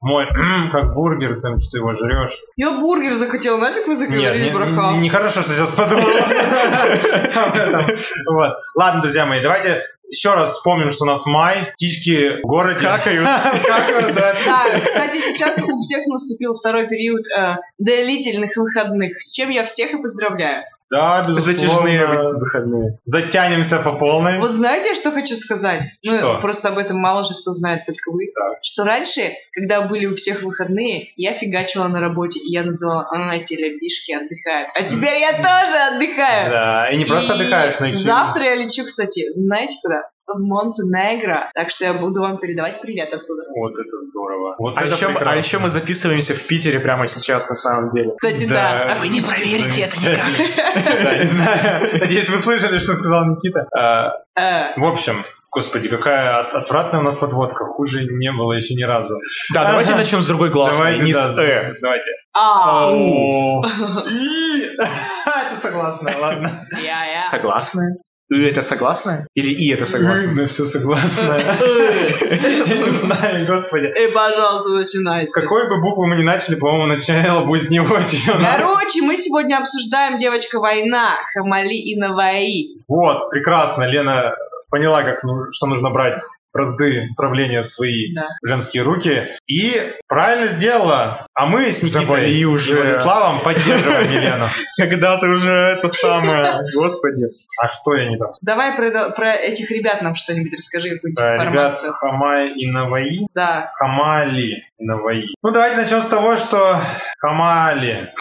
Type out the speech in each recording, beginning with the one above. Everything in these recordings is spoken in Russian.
мой, «М, как бургер, там, что ты его жрешь. Я бургер захотела, нафиг вы Нет, заговорили не- про не- хам? нехорошо, что сейчас подумал. об этом. Вот. Ладно, друзья мои, давайте еще раз вспомним, что у нас май, птички в городе. Какают. Какают, да. Да, кстати, сейчас у всех наступил второй период э, длительных выходных, с чем я всех и поздравляю. Да, Затяжные безусловно. выходные. Затянемся по полной. Вот знаете, что хочу сказать? Что? Ну, просто об этом мало же кто знает, только вы. Что раньше, когда были у всех выходные, я фигачила на работе, и я называла, «А, она телебишки отдыхает. А теперь я тоже отдыхаю. Да, и не просто И отдыхаешь, но и Завтра я лечу, кстати, знаете куда? В Монтенегро. Так что я буду вам передавать привет оттуда. Вот это здорово. Вот А это еще, а прекрасно. еще мы записываемся в Питере прямо сейчас, на самом деле. Кстати, да. А вы не проверите это никак. Не знаю. Надеюсь, вы слышали, что сказал Никита. А, Э, В общем, господи, какая от- отвратная у нас подводка. Хуже не было еще ни разу. Да, давайте начнем с другой гласной. Давайте, Не да, с «э». Давайте. Ау. Ау. И- Это согласна, ладно. Я-я. Согласны? «Ы» это согласное? Или «и» это согласное? Ну все согласна. Не Э, знаю, господи. э, пожалуйста, начинайте. С какой бы буквы мы ни начали, по-моему, начало будет не очень у нас. Короче, мы сегодня обсуждаем «Девочка война», «Хамали» и «Наваи». Вот, прекрасно, Лена поняла, как, ну- что нужно брать бразды правления в свои Да. женские руки. И правильно сделала. А мы с Никитой Забыли и уже. Владиславом поддерживаем Елену. Когда ты уже это самое, господи. А что я не так? Давай про, про этих ребят нам что-нибудь расскажи, какую-нибудь Э, Ребят, информацию. Хамай и Наваи. Да. Хамали Наваи. Ну, давайте начнем с того, что Хамали.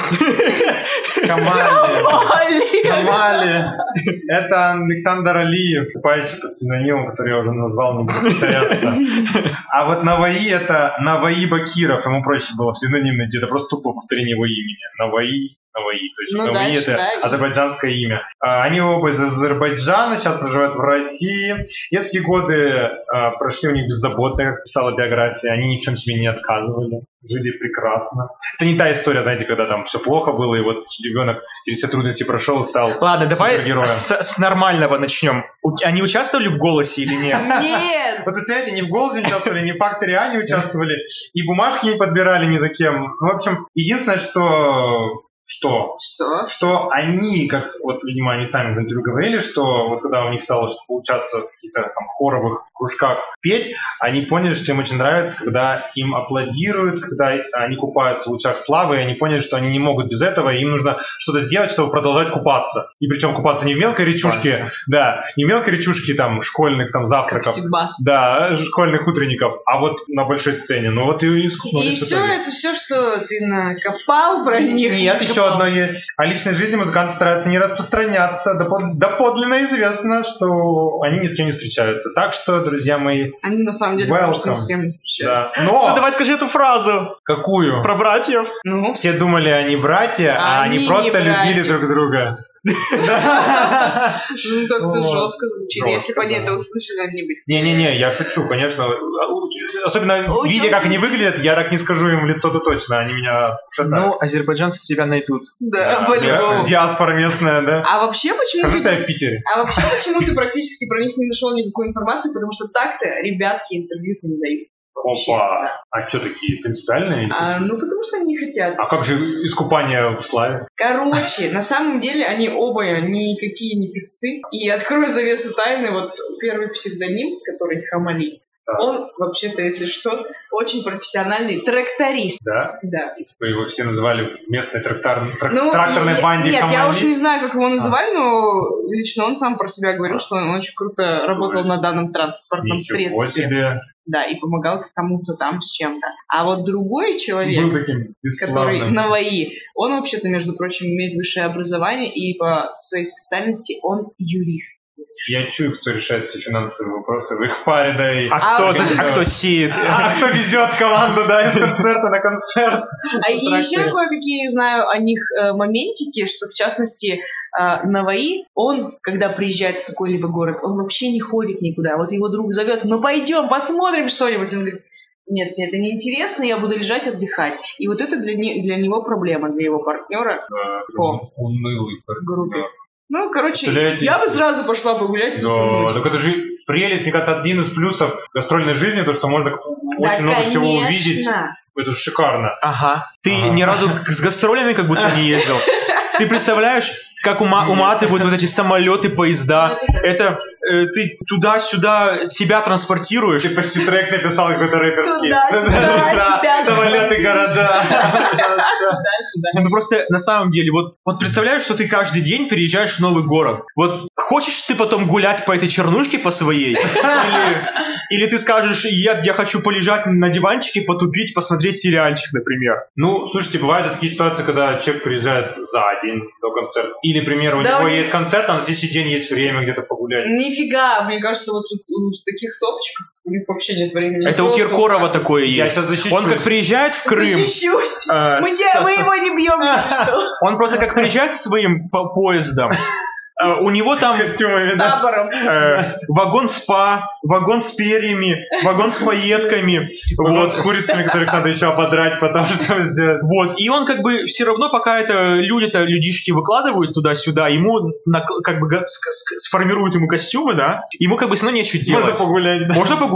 Хамали. Оли. Хамали. Это Александр Алиев, спающий под синонимом, который я уже назвал, не буду повторяться. А вот Наваи это Наваи Бакиров. Ему проще было в синоним найти. Это просто тупо повторение его имени. Наваи, Наваи. То есть Ну, Наваи дальше, это да. азербайджанское имя. А, Они оба из Азербайджана, сейчас проживают в России. Детские годы а, прошли у них беззаботно, как писала биография. Они ни в чем себе не отказывали. Жили прекрасно. Это не та история, знаете, когда там все плохо было, и вот ребенок через все трудности прошел и стал Ладно, давай Супергероя. с, с нормального начнем. У- Они участвовали в голосе или нет? Нет. Вот представляете, ни в «Голосе» не участвовали, ни в «Факторе А» не участвовали, и бумажки не подбирали ни за кем. Ну, В общем, единственное, что... Что? Что? Что они, как, вот, видимо, они сами в интервью говорили, что вот когда у них стало что-то получаться в каких-то там хоровых кружках петь, они поняли, что им очень нравится, когда им аплодируют, когда они купаются в лучах славы, и они поняли, что они не могут без этого, и им нужно что-то сделать, чтобы продолжать купаться. И причем купаться не в мелкой речушке, да, не в мелкой речушке там школьных там Как завтраков, Себас. да, школьных утренников, а вот на большой сцене. Ну вот и И скупнулись в все, итоге. это все, что ты накопал про них. Нет, еще Накопал. одно есть. О личной жизни музыканты стараются не распространяться. Допо- Доподлинно известно, что они ни с кем не встречаются. Так что, друзья мои, Они на самом деле потому что ни Welcome. с кем не да. встречаются. Ну Но давай скажи эту фразу какую? про братьев. Ну, Все думали, они братья, а Они они не просто братья. любили друг друга. ну так-то Вот. жестко звучит. Если Жестко, бы они да. это услышали, они бы... Не-не-не, я шучу, конечно. Особенно Очень видя, как они выглядят, я так не скажу им в лицо-то точно. Они меня шатают. Ну, азербайджанцы тебя найдут. Да, Ясно. Ну, э, по-любому. Диаспора местная, да? А вообще почему Скажи, ты... ты в Питере. А вообще почему ты практически про них не нашел никакой информации, потому что так-то ребятки интервью не дают. вообще. Опа! А что такие принципиальные? А, ну, потому что они не хотят. А как же искупание в славе? Короче, на самом деле они оба никакие не певцы. И открою завесу тайны, вот первый псевдоним, который Хамали, Да. он вообще-то, если что, очень профессиональный тракторист. Да? Да. Типа его все называли в местной трактор- трак- Ну, тракторной и- банде А. Нет, я Хамали. уж не знаю, как его называли, но лично он сам про себя говорил, что он очень круто работал на данном транспортном Ничего средстве. себе. Да, и помогал кому-то там с чем-то. А вот другой человек, Был таким который бесславным. Наваи, он вообще-то, между прочим, имеет высшее образование, и по своей специальности он юрист. Я чую, кто решает все финансовые вопросы в их паре, да и... А А кто, вот за- это- а кто сеет? А кто везет команду, да, из концерта на концерт? А и еще Тракторе. кое-какие знаю о них э, моментики, что в частности э, Наваи, он, когда приезжает в какой-либо город, он вообще не ходит никуда. Вот его друг зовет, ну пойдем, посмотрим что-нибудь. Он говорит, нет, мне это неинтересно, я буду лежать отдыхать. И вот это для, не- для него проблема, для его партнера О. Унылый. в группе. Ну, короче, Представляете? я бы сразу пошла погулять. Да, тусануть. так это же прелесть, мне кажется, один из плюсов гастрольной жизни, то, что можно очень много всего увидеть. Это шикарно. Ага. Ты Ага. ни разу к- с гастролями как будто не ездил. Ты представляешь, как у, ма- у маты будут вот эти самолеты, поезда. Это э, ты туда-сюда себя транспортируешь. Ты почти трек написал какой-то рэперский. Туда-сюда, тебя самолеты города. Ну просто на самом деле, вот, вот представляешь, что ты каждый день переезжаешь в новый город. Вот хочешь ты потом гулять по этой чернушке по своей? Или, или ты скажешь, я, я хочу полежать на диванчике, потупить, посмотреть сериальчик, например. Ну, слушайте, бывают же такие ситуации, когда человек приезжает за день до концерта. Или, к примеру, у Да, него у них- есть концерт, а на следующий день есть время где-то погулять. Нифига, мне кажется, вот тут, у таких топчиков у них вообще нет А времени. Это у Ну, Просто Киркорова так. такое Я есть. сейчас защищу. Он как приезжает в Крым. Защищусь. э, Мы, с- не- мы с- его не бьем, если что. Он просто как приезжает со своим по- поездом. э, У него там костюмы, видно. Табором. э, вагон спа, вагон с перьями, вагон с пайетками. Вот, Вот. с курицами, которых надо еще ободрать, потому что сделать. Вот, и он как бы все равно, пока это люди-то, людишки выкладывают туда-сюда, ему нак- как бы га- ск- ск- сформируют ему костюмы, да, ему как бы все равно нечего Типа делать. Можно погулять. да. Можно погулять.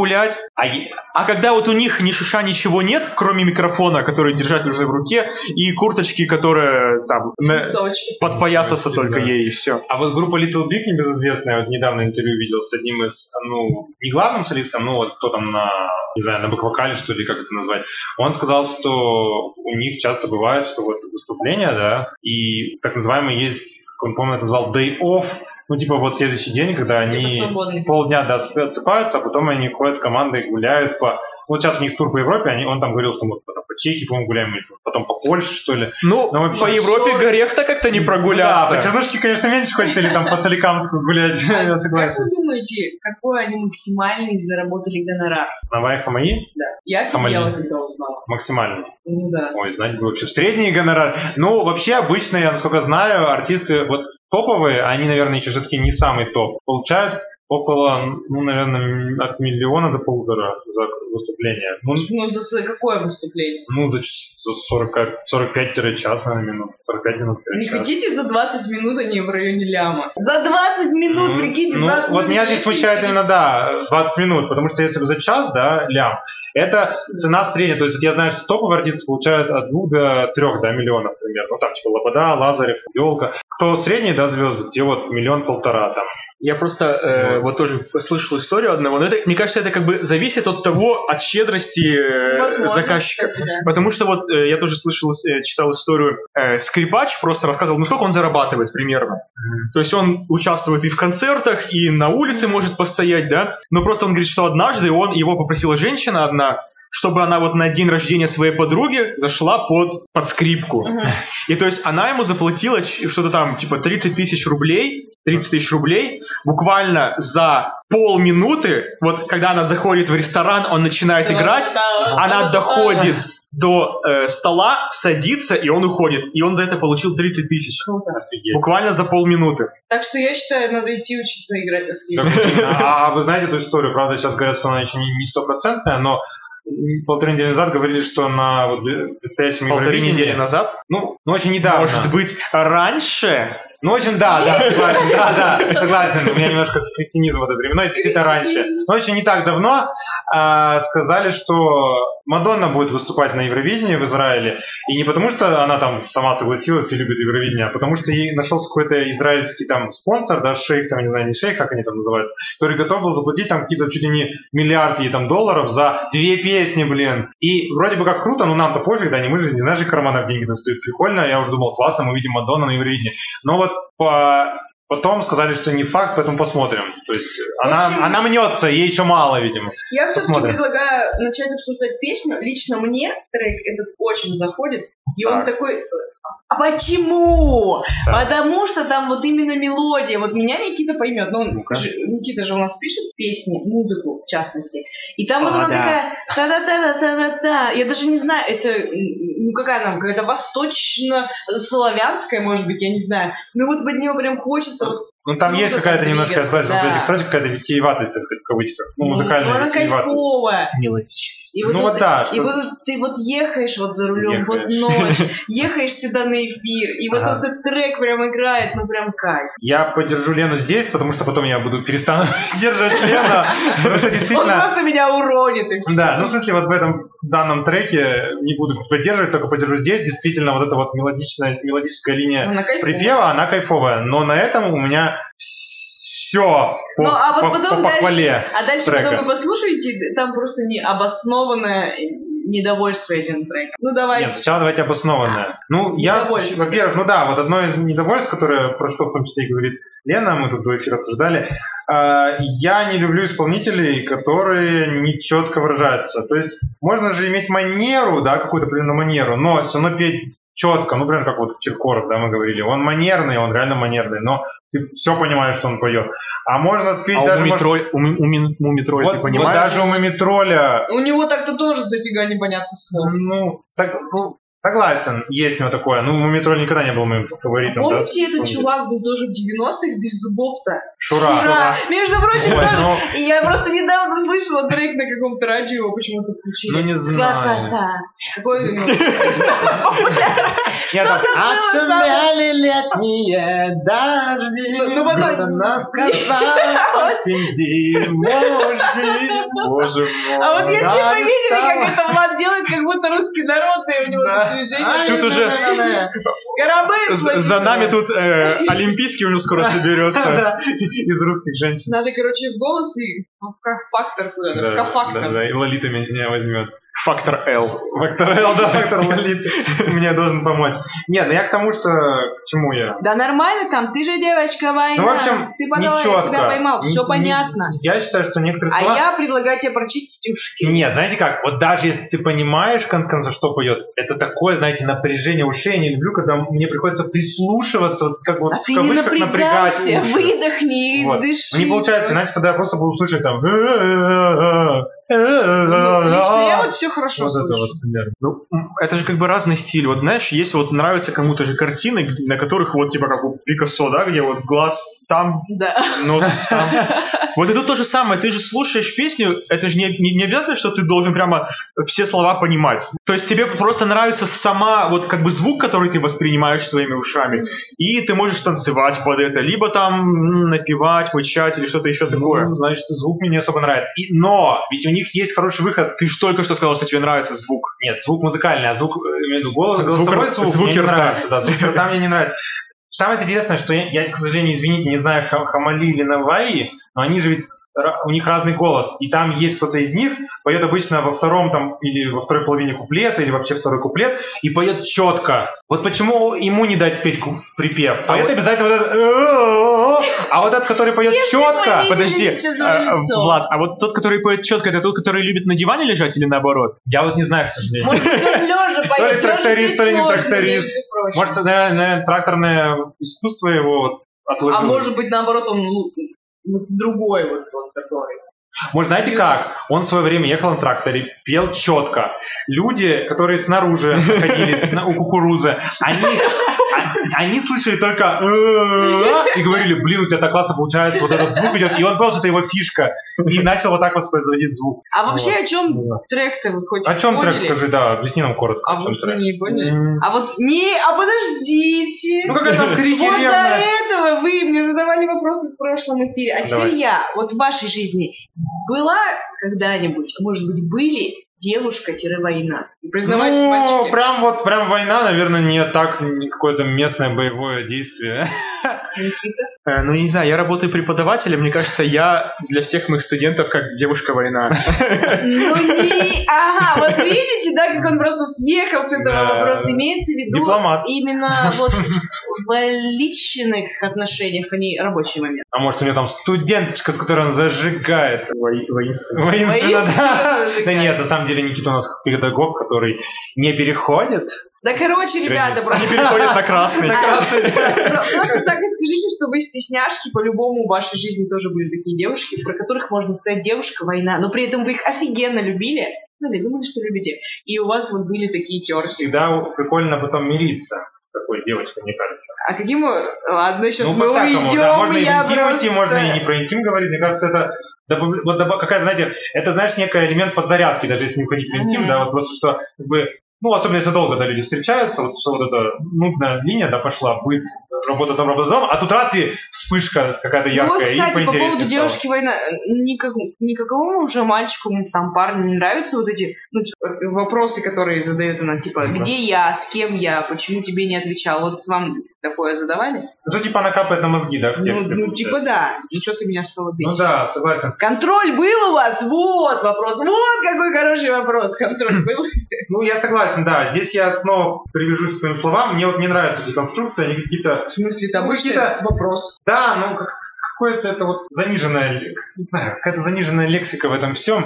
А е- А когда вот у них ни шиша ничего нет, кроме микрофона, который держать нужно в руке, и курточки, которые там на- Сочи. подпоясаться Господи, только да. ей, и все. А вот группа Little Big небезызвестная, вот недавно интервью видел с одним из, ну, не главным солистом, ну, вот кто там на, не знаю, на бэк-вокале, что ли, как это назвать. Он сказал, что у них часто бывает, что вот выступления, да, и так называемый есть, как он, помню, это назвал day off, ну, типа вот следующий день, когда Типа они свободный. полдня да, сп- отсыпаются, а потом они ходят командой, гуляют по... Вот сейчас у них тур по Европе, они, он там говорил, что мы вот потом по Чехии, по-моему, гуляем, или потом по Польше, что ли. Ну, Ну, вообще, по Европе горех-то как-то не Ну Да, по прогуляться. Чернушке, конечно, меньше хочется, или там по Соликамску гулять, А я Как согласен. вы думаете, какой они максимальный заработали гонорар? На Вайхамаи Да. Я Хамали. офигела, когда узнала. максимально. Ну да. Ой, знать бы вообще в средний гонорар. Ну, вообще, обычно, я насколько знаю, артисты вот топовые, они, наверное, еще все-таки не самый топ, получают около, ну, наверное, м, от миллиона до полутора за выступление. Ну, Ну, за с- какое выступление? ну, за, ч- за 40 45-час, наверное, минут. 45 минут. Не час. хотите за 20 минут они в районе ляма? За 20 минут, Ну, прикиньте, ну, 20 вот минут. меня здесь смущает именно, да, 20 минут, потому что если бы за час, да, лям, это цена средняя, то есть вот я знаю, что топовые артисты получают от 2 до 3, да, миллионов, например, ну там типа Лобода, Лазарев, Елка, кто средний, да, звезды, те вот миллион-полтора там. Я просто э, вот тоже слышал историю одного, но это, мне кажется, это как бы зависит от того, от щедрости э, Возможно, заказчика. кстати, да. Потому что вот э, я тоже слышал, э, читал историю, э, скрипач просто рассказывал, ну сколько он зарабатывает примерно. То есть он участвует и в концертах, и на улице может постоять, да. Но просто он говорит, что однажды он, его попросила женщина одна, чтобы она вот на день рождения своей подруги зашла под, под скрипку. Мгм. И то есть она ему заплатила ч- что-то там типа 30 тысяч рублей, 30 тысяч рублей, буквально за полминуты, вот когда она заходит в ресторан, он начинает играть, А, она доходит до э, стола, садится, и он уходит. И он за это получил 30 тысяч. Круто. Офигеть. Буквально за полминуты. Так что я считаю, надо идти учиться играть на скрипке. Так, А вы знаете эту историю, правда, сейчас говорят, что она еще не не стопроцентная, но полторы недели назад говорили, что на вот предстоящем Полторы Евровидении- недели назад. ну, ну, очень недавно. Может быть, раньше? Ну, в общем, да, да, согласен, да, да, согласен. У меня немножко кретинизм в это времена, это действительно раньше. Но очень не так давно а, сказали, что Мадонна будет выступать на Евровидении в Израиле. И не потому, что она там сама согласилась и любит Евровидение, а потому что ей нашелся какой-то израильский там спонсор, да, шейх, там, не знаю, не шейх, как они там называют, который готов был заплатить там какие-то чуть ли не миллиард ей там долларов за две песни, блин. И вроде бы как круто, но нам-то пофиг, да, не мы же, не наши карманов деньги достают. Прикольно, я уже думал, классно, мы видим Мадонну на Евровидении. Но вот по- потом сказали, что не факт, поэтому посмотрим. То есть она, общем- она мнется, ей еще мало, видимо. Я все-таки Посмотрим. предлагаю начать обсуждать песню. Лично мне трек этот очень заходит. И он Так. такой... А почему? Так. Потому что там вот именно мелодия. Вот меня Никита поймет. Ну, он Ну-ка. же- Никита же у нас пишет песни, музыку в частности. И там вот А, она да. такая... Та-да-та-да-та-да-та. Я даже не знаю, это... м, Ну, какая она? Какая-то восточно-славянская, может быть, я не знаю. Ну, вот под нее прям хочется... вот Ну там Ну, есть вот какая-то это немножко, двигаться, я согласен, вот да. этих строчек какая-то витиеватость, так сказать, в кавычках. Ну, Ну, музыкальная она витиеватость. кайфовая. Милый И вот Ну это- вот да, И что- вот ты вот ехаешь вот за рулем, Ехаешь. вот ночь, ехаешь сюда на эфир, и вот Ага. этот трек прям играет, ну прям кайф. я поддержу Лену здесь, потому что потом я буду перестану держать Лену, потому что Он действительно... просто меня уронит и все. Да, ну в смысле вот в этом данном треке не буду поддерживать, только поддержу здесь. Действительно, вот эта вот мелодичная, мелодическая линия Она кайфовая. припева, она кайфовая. Но на этом у меня все по, Ну, а вот по- потом по дальше- похвале. А дальше трека. потом вы послушаете, там просто необоснованное недовольство этим треком. Ну давай. Нет, сначала давайте обоснованное. Ну, я, Недовольство. во-первых, ну да, вот одно из недовольств, которое, про что в том числе и говорит Лена, мы тут до эфира обсуждали, э, я не люблю исполнителей, которые не четко выражаются. То есть можно же иметь манеру, да, какую-то определенную манеру, но все равно петь четко, ну, прям как вот Киркоров, да, мы говорили, он манерный, он реально манерный, но ты все понимаешь, что он поет. А можно спеть А у даже... может, Мумитроль, у Ми- у Мин- Мумитроля, вот- ты вот понимаешь? даже у Мумитроля У него так-то тоже дофига непонятно слов. ну, сог- ну, согласен, есть у него такое. Ну, Мумитроль никогда не был моим фаворитом. да, А Помните, этот вспомнить. чувак был тоже в 90-х без зубов-то? Шура. Между прочим, Ой, тоже. ну, И я просто недавно слышала трек на каком-то радио, его почему-то включили. ну, не знаю. Красота. Какой у него? Я там, Что-то было «Отшумели летние Ну, дожди, ну, потом- будто нас сказала осень, зиму жди». Боже мой. А вот если бы да, вы видели, как стало. это Влад делает, как будто русский народный, у него Да. тут Ай, движение. Тут уже- да-да-да-да. Корабы! З- За нами тут э, Олимпийский уже скоро соберется. Да, Из русских женщин. Надо, короче, в голос и в ка- фактор куда-то, в Да, да, ка-фактор. да, и Лолита меня возьмет. Фактор Л. Фактор Л, да, фактор Лолиты мне должен помочь. Нет, ну я к тому, что... К чему я? Да нормально там, ты же девочка война. Ну, в общем, ты подавай, я нечётко. тебя поймал, Не- все не- понятно. Я считаю, что некоторые А слова... я предлагаю тебе прочистить ушки. Нет, знаете как, вот даже если ты понимаешь, в конце концов, что поет, это такое, знаете, напряжение ушей. Я не люблю, когда мне приходится прислушиваться, вот как вот А в ты не кавычках напрягать напрягайся, уши. выдохни и Вот. дыши. Ну, не получается, иначе тогда я просто буду слышать там... э, Ну, Лично а, я вот все Вот хорошо это слышу. вот, примерно. Ну, м, это же как бы разный стиль. Вот знаешь, есть вот нравятся кому-то же картины, г- на которых вот типа как у Пикассо, да, где вот глаз там, Да. нос Ну, там. Вот и тут то же самое. Ты же слушаешь песню, это же не, не- не обязательно, что ты должен прямо все слова понимать. То есть тебе просто нравится сама вот как бы звук, который ты воспринимаешь своими ушами. И ты можешь танцевать под это, либо там м, напевать, мычать или что-то еще такое. Ну, значит, звук мне не особо нравится. И- но ведь у них есть хороший выход. Ты же только что сказал, что тебе нравится звук. Нет, звук музыкальный, а звук, э, имею в виду, голос, Звук голосовой рта- звук, звуки мне не рта. нравится. Да, звуки рта мне не нравится. Самое интересное, что я, я, к сожалению, извините, не знаю, Хам- Хамали или Наваи, но они же ведь ра- у них разный голос, и там есть кто-то из них, поет обычно во втором там или во второй половине куплета, или вообще второй куплет, и поет четко. Вот почему ему не дать спеть ку- припев? А Поет вот- обязательно вот этот «Э-э-э-э-э». а вот этот, который поет Если четко, бы не- Подожди, сейчас э, на э, лицо. Влад, а вот тот, который поет четко, это тот, который любит на диване лежать или наоборот? я вот не знаю, к сожалению. Может быть, он лежа поет. лёжа тракторист, петь то ли не сложно, тракторист. между прочим. А Может, наверное, наверное, тракторное искусство его вот отложило. А может быть, наоборот, он ну, вот другой вот он такой. Может, знаете как? Он в свое время ехал на тракторе, пел четко. Люди, которые снаружи находились на- у кукурузы, они, а- они слышали только «э-э-э» и говорили, блин, у тебя так классно получается, вот этот звук идет. И он понял, что это его фишка. И начал вот так воспроизводить звук. А вообще, о чем Да. трек-то вы хоть О чем поняли? трек, скажи, да, объясни нам коротко. о А вы чем что, трек. не поняли? М, А вот не, а подождите. Ну какая там вот до хренеревная. этого вы мне задавали вопросы в прошлом эфире, а теперь Давай. я. Вот в вашей жизни была когда-нибудь, а может быть, были девушка-война? И Признавайтесь, Ну, мальчики. прям вот, прям война, наверное, не так не какое-то местное боевое действие. Никита? Э, Ну, я не знаю, я работаю преподавателем, мне кажется, я для всех моих студентов как девушка война. Ну не, ага, вот видите, да, как он просто съехал с этого Да. вопроса. Имеется в виду Дипломат. именно вот в личных отношениях, а не рабочий момент. А может, у нее там студенточка, с которой он зажигает. Воинственно. Воинственно, да. зажигает. Да нет, на самом деле Никита у нас педагог, который не переходит. Да короче, ребята, Граница. просто, Они переходят на красный. про- просто так и скажите, что вы стесняшки, по-любому в вашей жизни тоже были такие девушки, про которых можно сказать девушка война, но при этом вы их офигенно любили, ну или думали, что любите, и у вас вот были такие терки. Всегда прикольно потом мириться. такой девочкой, мне кажется. А каким... Ладно, сейчас ну, мы по-всякому, уйдем, да, можно я и в интим идти, просто... можно и не про интим говорить. Мне кажется, это добав- вот добав- какая-то, знаете, это, знаешь, некий элемент подзарядки, даже если не уходить в интим, Мгм. да, вот просто что, как бы, ну, особенно если долго, да, люди встречаются, вот что вот эта нудная линия, да, пошла, быт, работа дом, работа дом, а тут раз и вспышка какая-то Ну вот, яркая, и кстати, по поинтереснее поводу стало. девушки война, никак, никакому уже мальчику, ну, там, парню не нравятся вот эти ну, типа, вопросы, которые задает она, типа, Ну да. где я, с кем я, почему тебе не отвечал, вот вам такое задавали? Ну, что, типа, она капает на мозги, да, в Ну, тексте. ну, получается. типа, да, ну, что ты меня стала бить? Ну да, согласен. Контроль был у вас? Вот вопрос. Вот какой хороший вопрос. Контроль был. Ну, я согласен, да. Здесь я снова привяжусь к твоим словам. Мне вот не нравятся эти конструкции, они какие-то В смысле, там Ну, обычный какие-то- вопрос. Да, ну как- какое-то это вот заниженное, ле- не знаю, какая-то заниженная лексика в этом всем.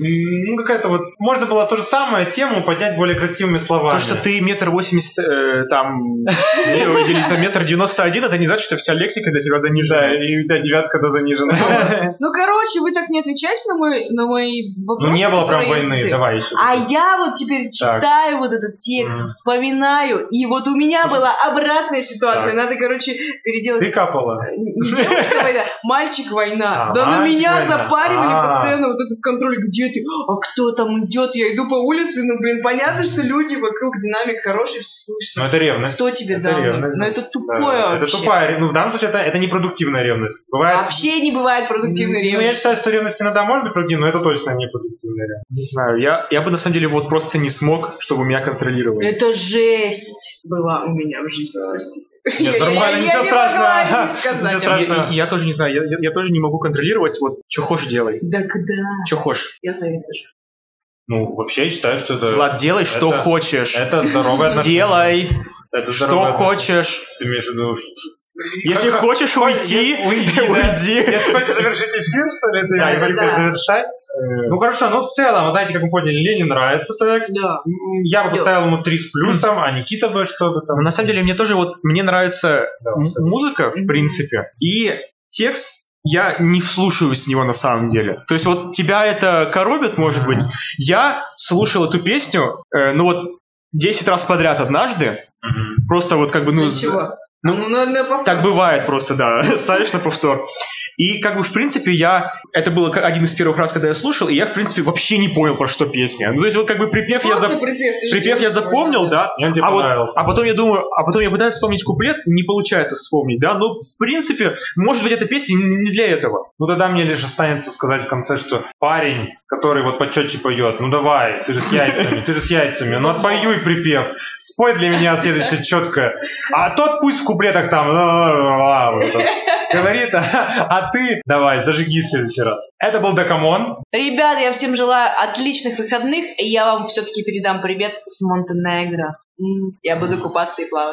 М, Ну какая-то вот, можно было то же самое тему поднять более красивыми словами. То, что ты метр восемьдесят, э, там, или, или там метр девяносто один, это не значит, что вся лексика для тебя Да, занижает. и у тебя девятка да занижена. Ну, короче, вы так не отвечаете на, мой, на мои вопросы. Ну не было прям которые я войны, задаю. давай еще. А я вот теперь Так. читаю вот этот текст, Мгм. вспоминаю, и вот у меня была обратная Так. ситуация. Надо, короче, переделать. Э, Ты капала. Не девушка война, мальчик война. А, да на мальчик меня война. запаривали А. постоянно вот этот контроль, где ты, а кто там идет, я иду по улице, ну, блин, понятно, что люди вокруг, динамик хороший, все Ну слышно. это ревность. Кто тебе это дал? ревность. Ну, это Да, тупое это вообще. А тупая, ре- ну в данном случае это, это непродуктивная ревность. Бывает, Вообще не бывает продуктивной ну я ревности. считаю, что ревность иногда может быть продуктивной, но это точно непродуктивная ревность. Не знаю, я, я бы на самом деле вот просто не смог, чтобы меня контролировали. Это жесть была у меня в жизни, простите. Я- я- нормально, я ничего не могла страшного. не сказать Ничего об Я, этом. страшно. я- я тоже не знаю, я, я- я тоже не могу контролировать, вот, что хочешь делай, Да когда? что хочешь. Я советую. Ну вообще я считаю, что это... Влад, делай, что это- хочешь. Это здоровое отношение. Делай, Это здоровое что отношение. хочешь. Ты имеешь в виду, Если Как- хочешь уйти, уйди, да. уйди. Если хочешь завершить эфир, что ли, ты Да, его да. завершай. Ну хорошо, ну в целом, вот знаете, как мы поняли, Лене нравится так. Да. Я бы поставил ему 3 с плюсом, а Никита бы что бы Но там. Ну, на самом деле мне тоже вот, мне нравится Да, м- кстати. музыка, в Мгм. принципе, и текст я не вслушиваюсь в него на самом деле. То есть вот тебя это коробит, может быть. Я слушал эту песню, э, ну вот, 10 раз подряд однажды, Мгм. просто вот как бы, ну, Ну, з- чего? ну, Ну, на- на повтор. Так бывает просто, да. Ставишь на повтор. И как бы, в принципе, я... Это было к- один из первых раз, когда я слушал, и я, в принципе, вообще не понял, про что песня. Ну, то есть вот как бы припев я, Просто зап- припев, ты же припев я девочка, запомнил, да. да, Мне он типа тебе А вот- понравился. а потом я думаю, а потом я пытаюсь вспомнить куплет, не получается вспомнить, да, но, в принципе, может быть, эта песня не не для этого. Ну тогда мне лишь останется сказать в конце, что парень, который вот почетче поет, ну давай, ты же с яйцами, ты же с яйцами, ну отпоюй припев, спой для меня следующее четко. А тот пусть в куплетах там вот это говорит, а, а ты давай, зажиги в следующий раз. Это был Дакамон. Ребят, я всем желаю отличных выходных, и я вам все-таки передам привет с Монтенегро. М, Я буду купаться и плавать.